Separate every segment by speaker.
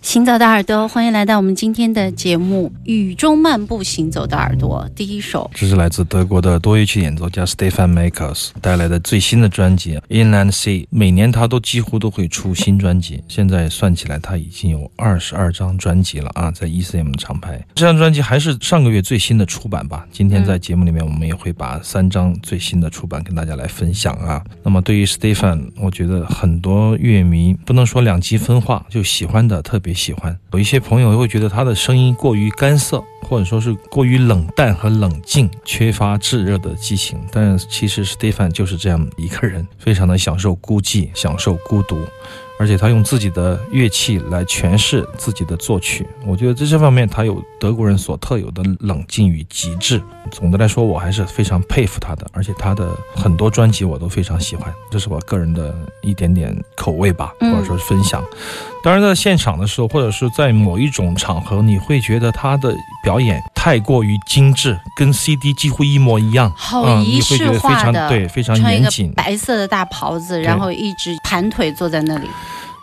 Speaker 1: 行走的耳朵，欢迎来到我们今天的节目《雨中漫步》。行走的耳朵，第一首
Speaker 2: 这是来自德国的多乐器演奏家 Stefan Makers 带来的最新的专辑《Inland Sea》。每年他都几乎都会出新专辑，现在算起来他已经有二十二张专辑了啊，在 ECM 厂牌。这张专辑还是上个月最新的出版吧。今天在节目里面，我们也会把三张最新的出版跟大家来分享啊。那么对于 Stefan，我觉得很多乐迷不能说两极分化，就喜欢的特别喜欢，有一些朋友会觉得他的声音过于干涩，或者说是过于冷淡和冷静，缺乏炙热的激情。但其实 Stefan 就是这样一个人，非常的享受孤寂，享受孤独。而且他用自己的乐器来诠释自己的作曲。我觉得在这方面，他有德国人所特有的冷静与极致。总的来说，我还是非常佩服他的，而且他的很多专辑我都非常喜欢，这是我个人的一点点口味吧，或
Speaker 3: 嗯
Speaker 2: 者说是分享。当然，在现场的时候，或者是在某一种场合，你会觉得他的表演太过于精致，跟 CD 几乎一模一样。
Speaker 3: 好
Speaker 2: 嗯，
Speaker 3: 仪
Speaker 2: 你会觉
Speaker 3: 式
Speaker 2: 得非
Speaker 3: 化
Speaker 2: 常
Speaker 3: 的，
Speaker 2: 对，非常
Speaker 3: 穿一
Speaker 2: 严
Speaker 3: 个
Speaker 2: 谨。
Speaker 3: 白色的大袍子，然后一直盘腿坐在那里。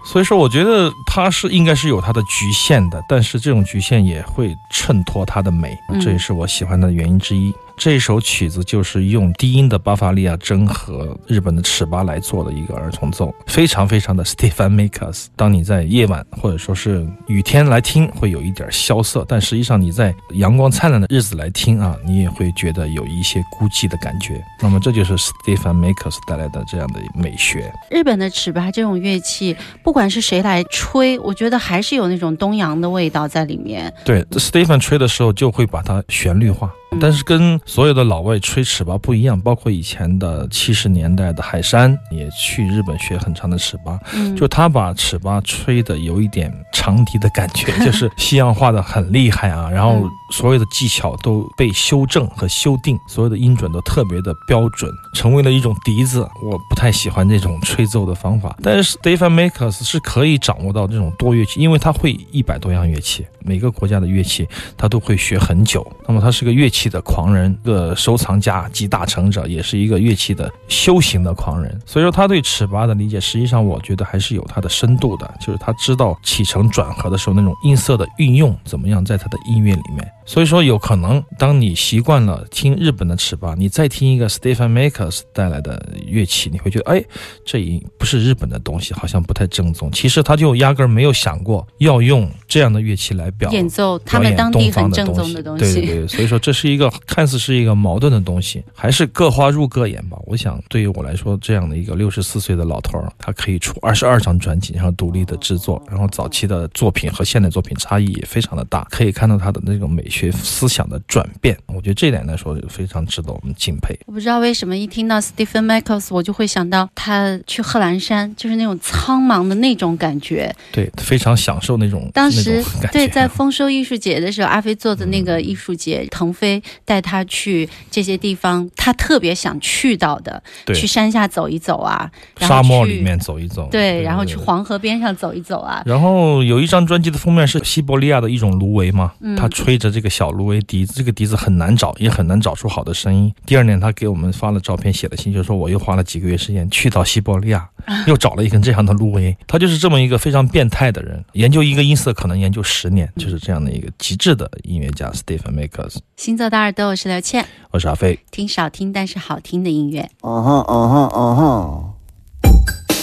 Speaker 2: 所以说，我觉得它是应该是有它的局限的，但是这种局限也会衬托它的美
Speaker 3: 嗯，
Speaker 2: 这也是我喜欢的原因之一。这首曲子就是用低音的巴伐利亚筝和日本的尺八来做的一个二重奏，非常非常的 Stefan Makers。当你在夜晚或者说是雨天来听，会有一点萧瑟，但实际上你在阳光灿烂的日子来听啊，你也会觉得有一些孤寂的感觉。那么这就是 Stefan Makers 带来的这样的美学。
Speaker 3: 日本的尺八这种乐器，不管是谁来吹，我觉得还是有那种东洋的味道在里面。
Speaker 2: 对，Stephen 吹的时候就会把它旋律化，但是跟所有的老外吹尺八不一样，包括以前的七十年代的海山也去日本学很长的尺八，
Speaker 3: 嗯，
Speaker 2: 就他把尺八吹的有一点长笛的感 觉，就是西洋化的很厉害啊，然后
Speaker 3: 嗯
Speaker 2: 所有的技巧都被修正和修订，所有的音准都特别的标准，成为了一种笛子。我不太喜欢这种吹奏的方法，但是 Stephen Makers 是可以掌握到这种多乐器，因为他会一百多样乐器，每个国家的乐器他都会学很久。那么他是个乐器的狂人，一个收藏家集大成者，也是一个乐器的修行的狂人。所以说他对尺八的理解，实际上我觉得还是有他的深度的，就是他知道起承转合的时候那种音色的运用怎么样在他的音乐里面。所以说有可能当你习惯了听日本的尺八，你再听一个 Stephen Makers 带来的乐器，你会觉得哎，这已不是日本的东西，好像不太正宗。其实他就压根儿没有想过要用这样的乐器来表
Speaker 3: 演奏他
Speaker 2: 表
Speaker 3: 们
Speaker 2: 演
Speaker 3: 当地很
Speaker 2: 东方
Speaker 3: 正宗的
Speaker 2: 的
Speaker 3: 东
Speaker 2: 对对
Speaker 3: 西。
Speaker 2: 对，所以说这是一个看似是一个矛盾的东西，还是各花入各眼吧。我想对于我来说，这样的一个六十四岁的老头儿，他可以出二十二张专辑，然后独立的制作，然后早期的作品和现代作品差异也非常的大，可以看到他的那种美学思想的转变。我觉得这一点来说，非常值得我们敬佩。
Speaker 3: 我不知道为什么一听到 Stephen Michaels，我就会想到他去贺兰山，就是那种苍茫的那种感觉。
Speaker 2: 对，非常享受那种
Speaker 3: 当时
Speaker 2: 那种感觉啊嗯
Speaker 3: 对，在丰收艺术节的时候，阿飞做的那个艺术节，腾飞带他去这些地方，他特别想去到的，
Speaker 2: 对
Speaker 3: 去山下走一走啊，然后
Speaker 2: 沙漠
Speaker 3: 去
Speaker 2: 里面走一走，
Speaker 3: 对，然后去
Speaker 2: 对嗯
Speaker 3: 黄河边上走一走啊，
Speaker 2: 然后有一张专辑的封面是西伯利亚的一种芦苇嘛，他吹着这个小芦苇笛，这个笛子很难找，也很难找出好的声音。第二年他给我们发了照片，写了信，就说我又花了几个月时间去到西伯利亚，又找了一根这样的芦苇。他就是这么一个非常变态的人，研究一个音色可能研究十年，就是这样的一个极致的音乐家 Stephen Makers。
Speaker 3: 行走的耳朵，我是刘倩，
Speaker 2: 我是阿飞。
Speaker 3: 听少听但是好听的音乐。
Speaker 4: 嗯哼嗯哼嗯哼。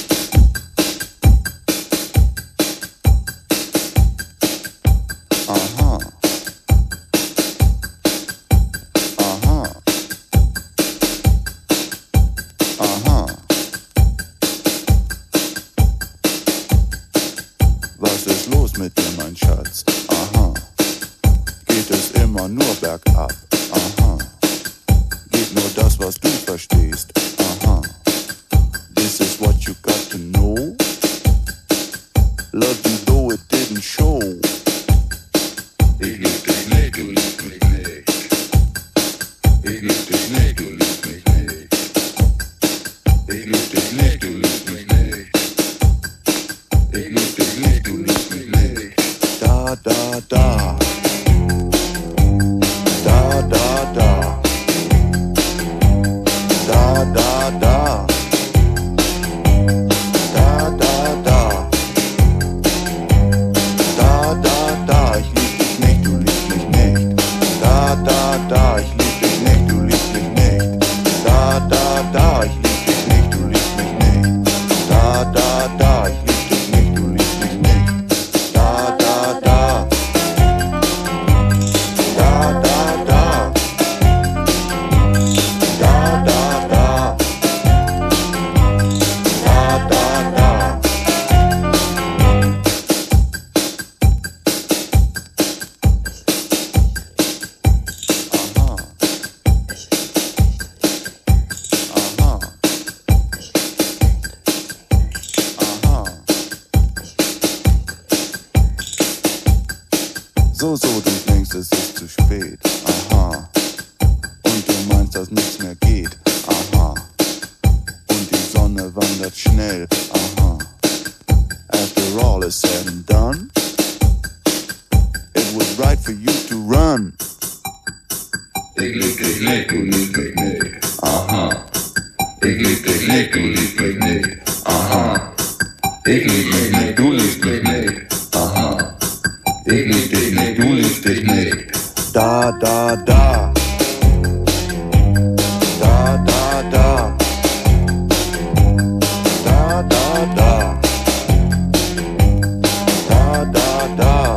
Speaker 4: 嗯哼嗯哼嗯哼
Speaker 5: Was ist los mit dir, mein Schatz? Aha. Geht es immer nur bergab? Aha. Geht nur das, was du verstehst? Aha. This is what you got to know. Love you though it didn't show. Ich lieb dich nicht, du liebst mich nicht. Ich lieb dich nicht, du liebst mich nicht. Ich lieb dich nicht, du liebst mich nicht. Ich lieb dich nicht, du liebst mich nicht. Da, da, da. Da, da, da. Da, da, da. Da, da, da. Da, da, da. Ich lieb dich nicht, du liebst mich nicht. Da, da, da. Ich lieb dich nicht, du liebst mich nicht. Da, da, da. Ich lieb dich nicht, du liebst mich nicht. Da, da,
Speaker 4: Uh-huh.
Speaker 5: da, ich lieb dich nicht, du liebst mich nicht. Da, da, da.
Speaker 4: Uh-huh. So, so, du denkst, es ist zu spät. Aha. Und du meinst, dass nichts mehr geht. Aha. Und die Sonne wandert schnell. Aha. After all is said and done, it was right for you to run.
Speaker 5: Ik liep de nek, hoe liep ik nee. Aha. Ik liep de nek, hoe liep ik nee. Aha. Ik liep de nek, du liep ik nee. Aha. Ik liep de nek, du liep ik nee.
Speaker 4: Da, da, da. Da, da, da. Da, da, da. Da, da, da.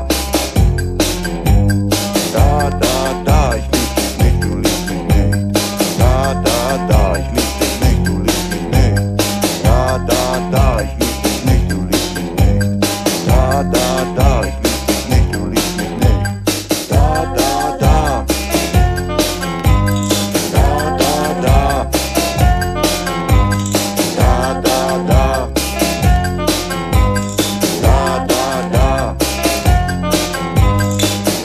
Speaker 4: Da, da, da. Ich lieb dich nicht, du liebst mich nicht. Da, da, da. Ich lieb dich nicht, du liebst mich nicht. Da, da, da. Ich lieb dich nicht, du liebst mich nicht. Da, da, da. Ich lieb dich nicht, du liebst mich nicht. Da, da, da. Da, da, da. Da, da, da. Da, da, da.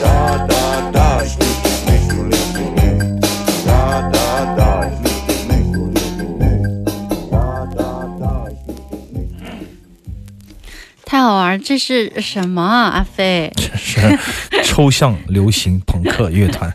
Speaker 4: Da, da, da. Ich lieb dich nicht, du liebst mich nicht. Da, da, da. Ich lieb dich nicht, du liebst mich nicht. Da, da, da. Ich lieb dich nicht.
Speaker 3: 太好玩，这是什么啊？阿飞，
Speaker 2: 是抽象流行朋克乐团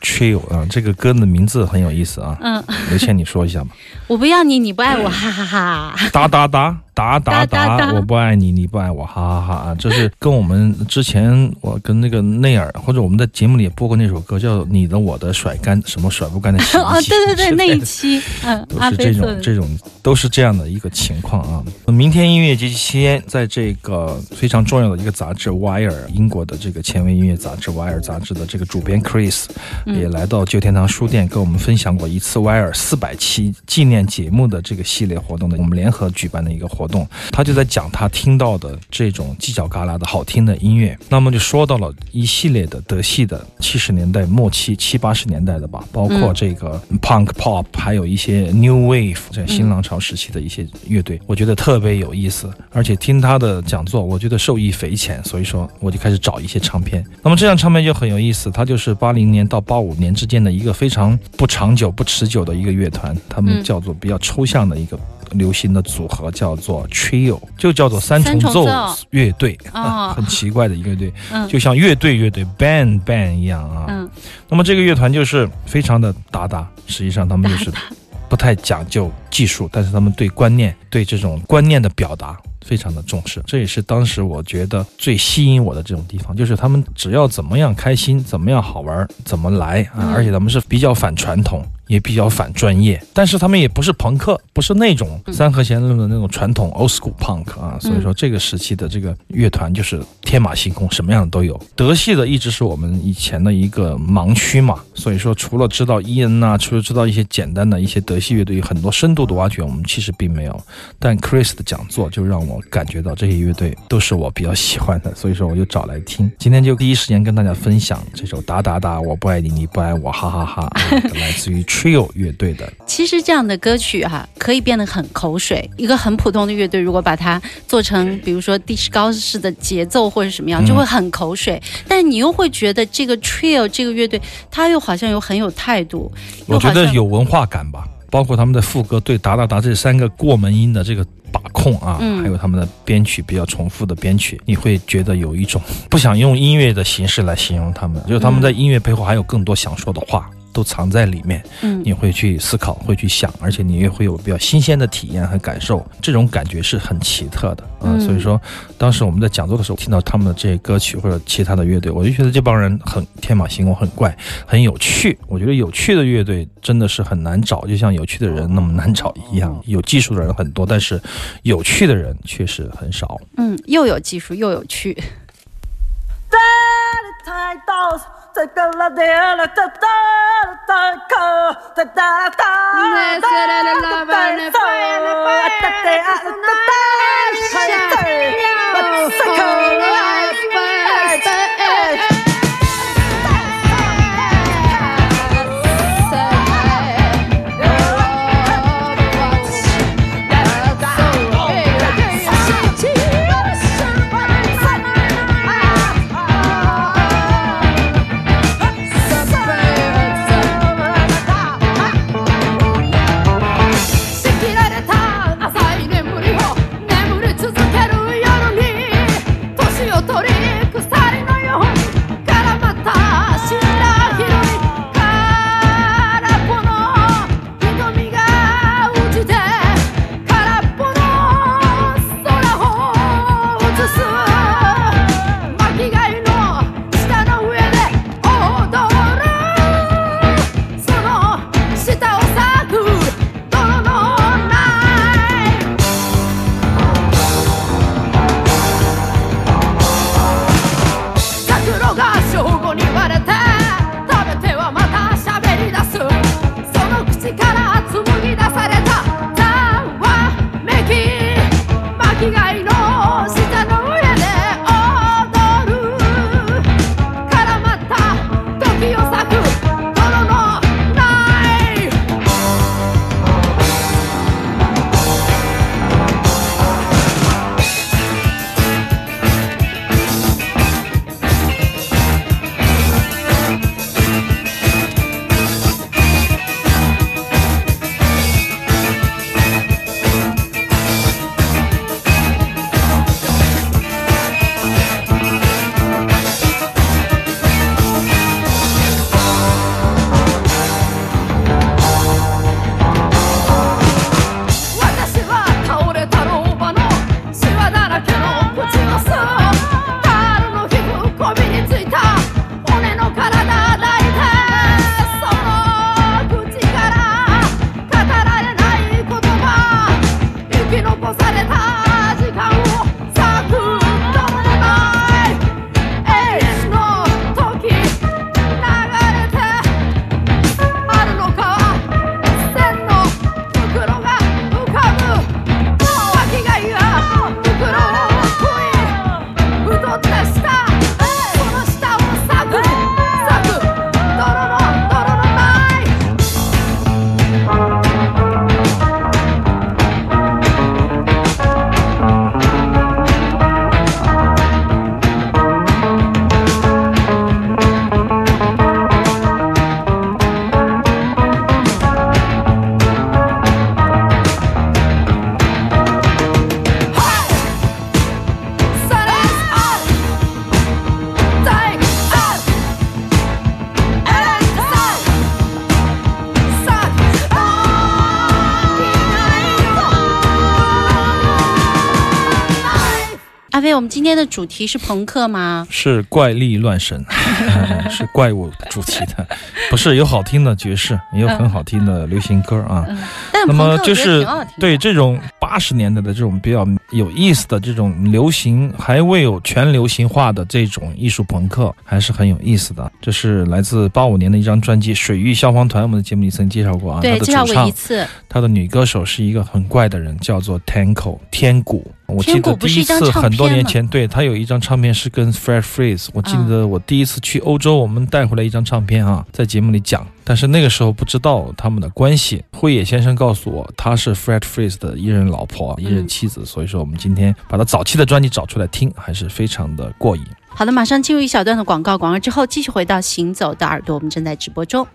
Speaker 2: Trio 啊，这个歌的名字很有意思啊。
Speaker 3: 嗯，
Speaker 2: 刘倩，你说一下吧。
Speaker 3: 我不要你，你不爱我，哈哈哈！
Speaker 2: 哒哒哒哒哒
Speaker 3: 哒哒
Speaker 2: 哒，
Speaker 3: 哒
Speaker 2: 我不爱你，你不爱我，哈哈哈啊！这是跟我们之前我跟那个内尔或者我们在节目里也播过那首歌，叫《你的我的甩干什么甩 不干的洗衣
Speaker 3: 哦，
Speaker 2: 机》。
Speaker 3: 对对对，
Speaker 2: 之
Speaker 3: 那
Speaker 2: 类
Speaker 3: 一
Speaker 2: 的
Speaker 3: 期，嗯，
Speaker 2: 都
Speaker 3: 阿
Speaker 2: 是这
Speaker 3: 飞做
Speaker 2: 种
Speaker 3: 的，
Speaker 2: 这种都是这样的一个情况啊。明天音乐节期间，在这个非常重要的一个杂志《Wire》，英国的这个前卫音乐杂志《Wire》杂志的这个主编 Chris 也来到旧天堂书店，跟我们分享过一次《Wire》四百期纪念节目的这个系列活动的我们联合举办的一个活动。他就在讲他听到的这种犄角旮旯的好听的音乐，那么就说到了一系列的德系的七十年代末期、七八十年代的吧，包括这个 punk pop，还有一些 new wave
Speaker 3: 嗯
Speaker 2: 这新浪潮时期的一些乐队，我觉得特别有意思，而且听他的讲座，我觉得受益匪浅，所以说我就开始找一些唱片。那么这张唱片就很有意思，它就是八零年到八五年之间的一个非常不长久、不持久的一个乐团，他
Speaker 3: 嗯
Speaker 2: 们叫做比较抽象的一个流行的组合叫做 trio，就叫做三重
Speaker 3: 三重
Speaker 2: 奏
Speaker 3: 奏
Speaker 2: 乐队，
Speaker 3: 哦
Speaker 2: 很奇怪的一个乐队，
Speaker 3: 嗯
Speaker 2: 就像乐队乐队 band band 一样啊。
Speaker 3: 嗯
Speaker 2: 那么这个乐团就是非常的达达，实际上他们就是不太讲究技术，但是他们对观念、对这种观念的表达非常的重视，这也是当时我觉得最吸引我的这种地方，就是他们只要怎么样开心，怎么样好玩，怎么来啊
Speaker 3: 嗯，
Speaker 2: 而且他们是比较反传统。也比较反专业，但是他们也不是朋克，不是那种三和弦论的那种传统 old school punk 啊，所以说这个时期的这个乐团就是天马行空，什么样的都有。德系的一直是我们以前的一个盲区嘛，所以说除了知道伊恩呐，除了知道一些简单的一些德系乐队，很多深度的挖掘我们其实并没有。但 Chris 的讲座就让我感觉到这些乐队都是我比较喜欢的，所以说我就找来听。今天就第一时间跟大家分享这首《哒哒哒，我不爱你，你不爱我，哈哈哈 啊来自于 Trio 乐队的。
Speaker 3: 其实这样的歌曲哈、可以变得很口水。一个很普通的乐队，如果把它做成，比如说地势高式的节奏或者什么
Speaker 2: 嗯
Speaker 3: 样，就会很口水。但你又会觉得这个 trio 这个乐队，它又好像有很有态度。
Speaker 2: 我觉
Speaker 3: 又好
Speaker 2: 得
Speaker 3: 像
Speaker 2: 有文化感吧，包括他们的副歌对“达达达”这三个过门音的这个把控啊，
Speaker 3: 嗯
Speaker 2: 还有他们的编曲比较重复的编曲，你会觉得有一种不想用音乐的形式来形容他们，就是他们在音乐背后还有更多想说的话。都藏在里面，
Speaker 3: 嗯
Speaker 2: 你会去思考，会去想，而且你也会有比较新鲜的体验和感受，这种感觉是很奇特的啊、
Speaker 3: 嗯
Speaker 2: 所以说，当时我们在讲座的时候，听到他们的这些歌曲或者其他的乐队，我就觉得这帮人很天马行空，很怪，很有趣。我觉得有趣的乐队真的是很难找，就像有趣的人那么难找一样。有技术的人很多，但是有趣的人确实很少。
Speaker 3: 嗯，又有技术又有趣。
Speaker 1: Yeah. 取り鎖のように絡まった死んだ広い空っぽの瞳が映じて空っぽの空を映す巻き貝の下の上で踊るその下を裂く泥のない桜が正午に割れて食べてはまた喋り出すその口から紡ぎ出されたたわめき巻き貝の下の上で踊る絡まった時を裂く泥のない私は倒れた老婆のシワだらけの口の巣タールの皮膚こびりついた骨の体抱いてその口から語られない言葉生き残された時間をサクッともない永遠の時流れてあるのか線の袋が浮かぶ脇がいは袋を食い太って下その下を裂く裂く泥の泥の舞
Speaker 3: 阿威，我们今天的主题是朋克吗？
Speaker 2: 是怪力乱神，嗯是怪物主题的，不是有好听的爵士，也有很好听的流行歌啊。
Speaker 3: 但是
Speaker 2: 那
Speaker 3: 朋克
Speaker 2: 么
Speaker 3: 我觉得
Speaker 2: 就是
Speaker 3: 挺好听的
Speaker 2: 对这种八十年代的这种比较有意思的这种流行，还未有全流行化的这种艺术朋克，还是很有意思的。这是来自八五年的一张专辑《水域消防团》，我们的节目里曾介绍过啊。
Speaker 3: 对，介
Speaker 2: 它
Speaker 3: 绍
Speaker 2: 的主
Speaker 3: 过
Speaker 2: 唱
Speaker 3: 一，次，
Speaker 2: 她的女歌手是一个很怪的人，叫做 Tanko 天谷。我记
Speaker 3: 天谷
Speaker 2: 得
Speaker 3: 不
Speaker 2: 第
Speaker 3: 是一张
Speaker 2: 次
Speaker 3: 唱
Speaker 2: 很多
Speaker 3: 片
Speaker 2: 年
Speaker 3: 吗
Speaker 2: 前，对她有一张唱片是跟 Fred Freeze。我记
Speaker 3: 嗯
Speaker 2: 得我第一次去欧洲，我们带回来一张唱片啊，在节目里讲，但是那个时候不知道他们的关系。辉野先生告诉我，她是 Fred Freeze 的一任老婆、一任
Speaker 3: 嗯
Speaker 2: 妻子，所以说我们今天把她早期的专辑找出来听，还是非常的过瘾。
Speaker 3: 好的，马上进入一小段的广告，广告之后继续回到《行走的耳朵》，我们正在直播中。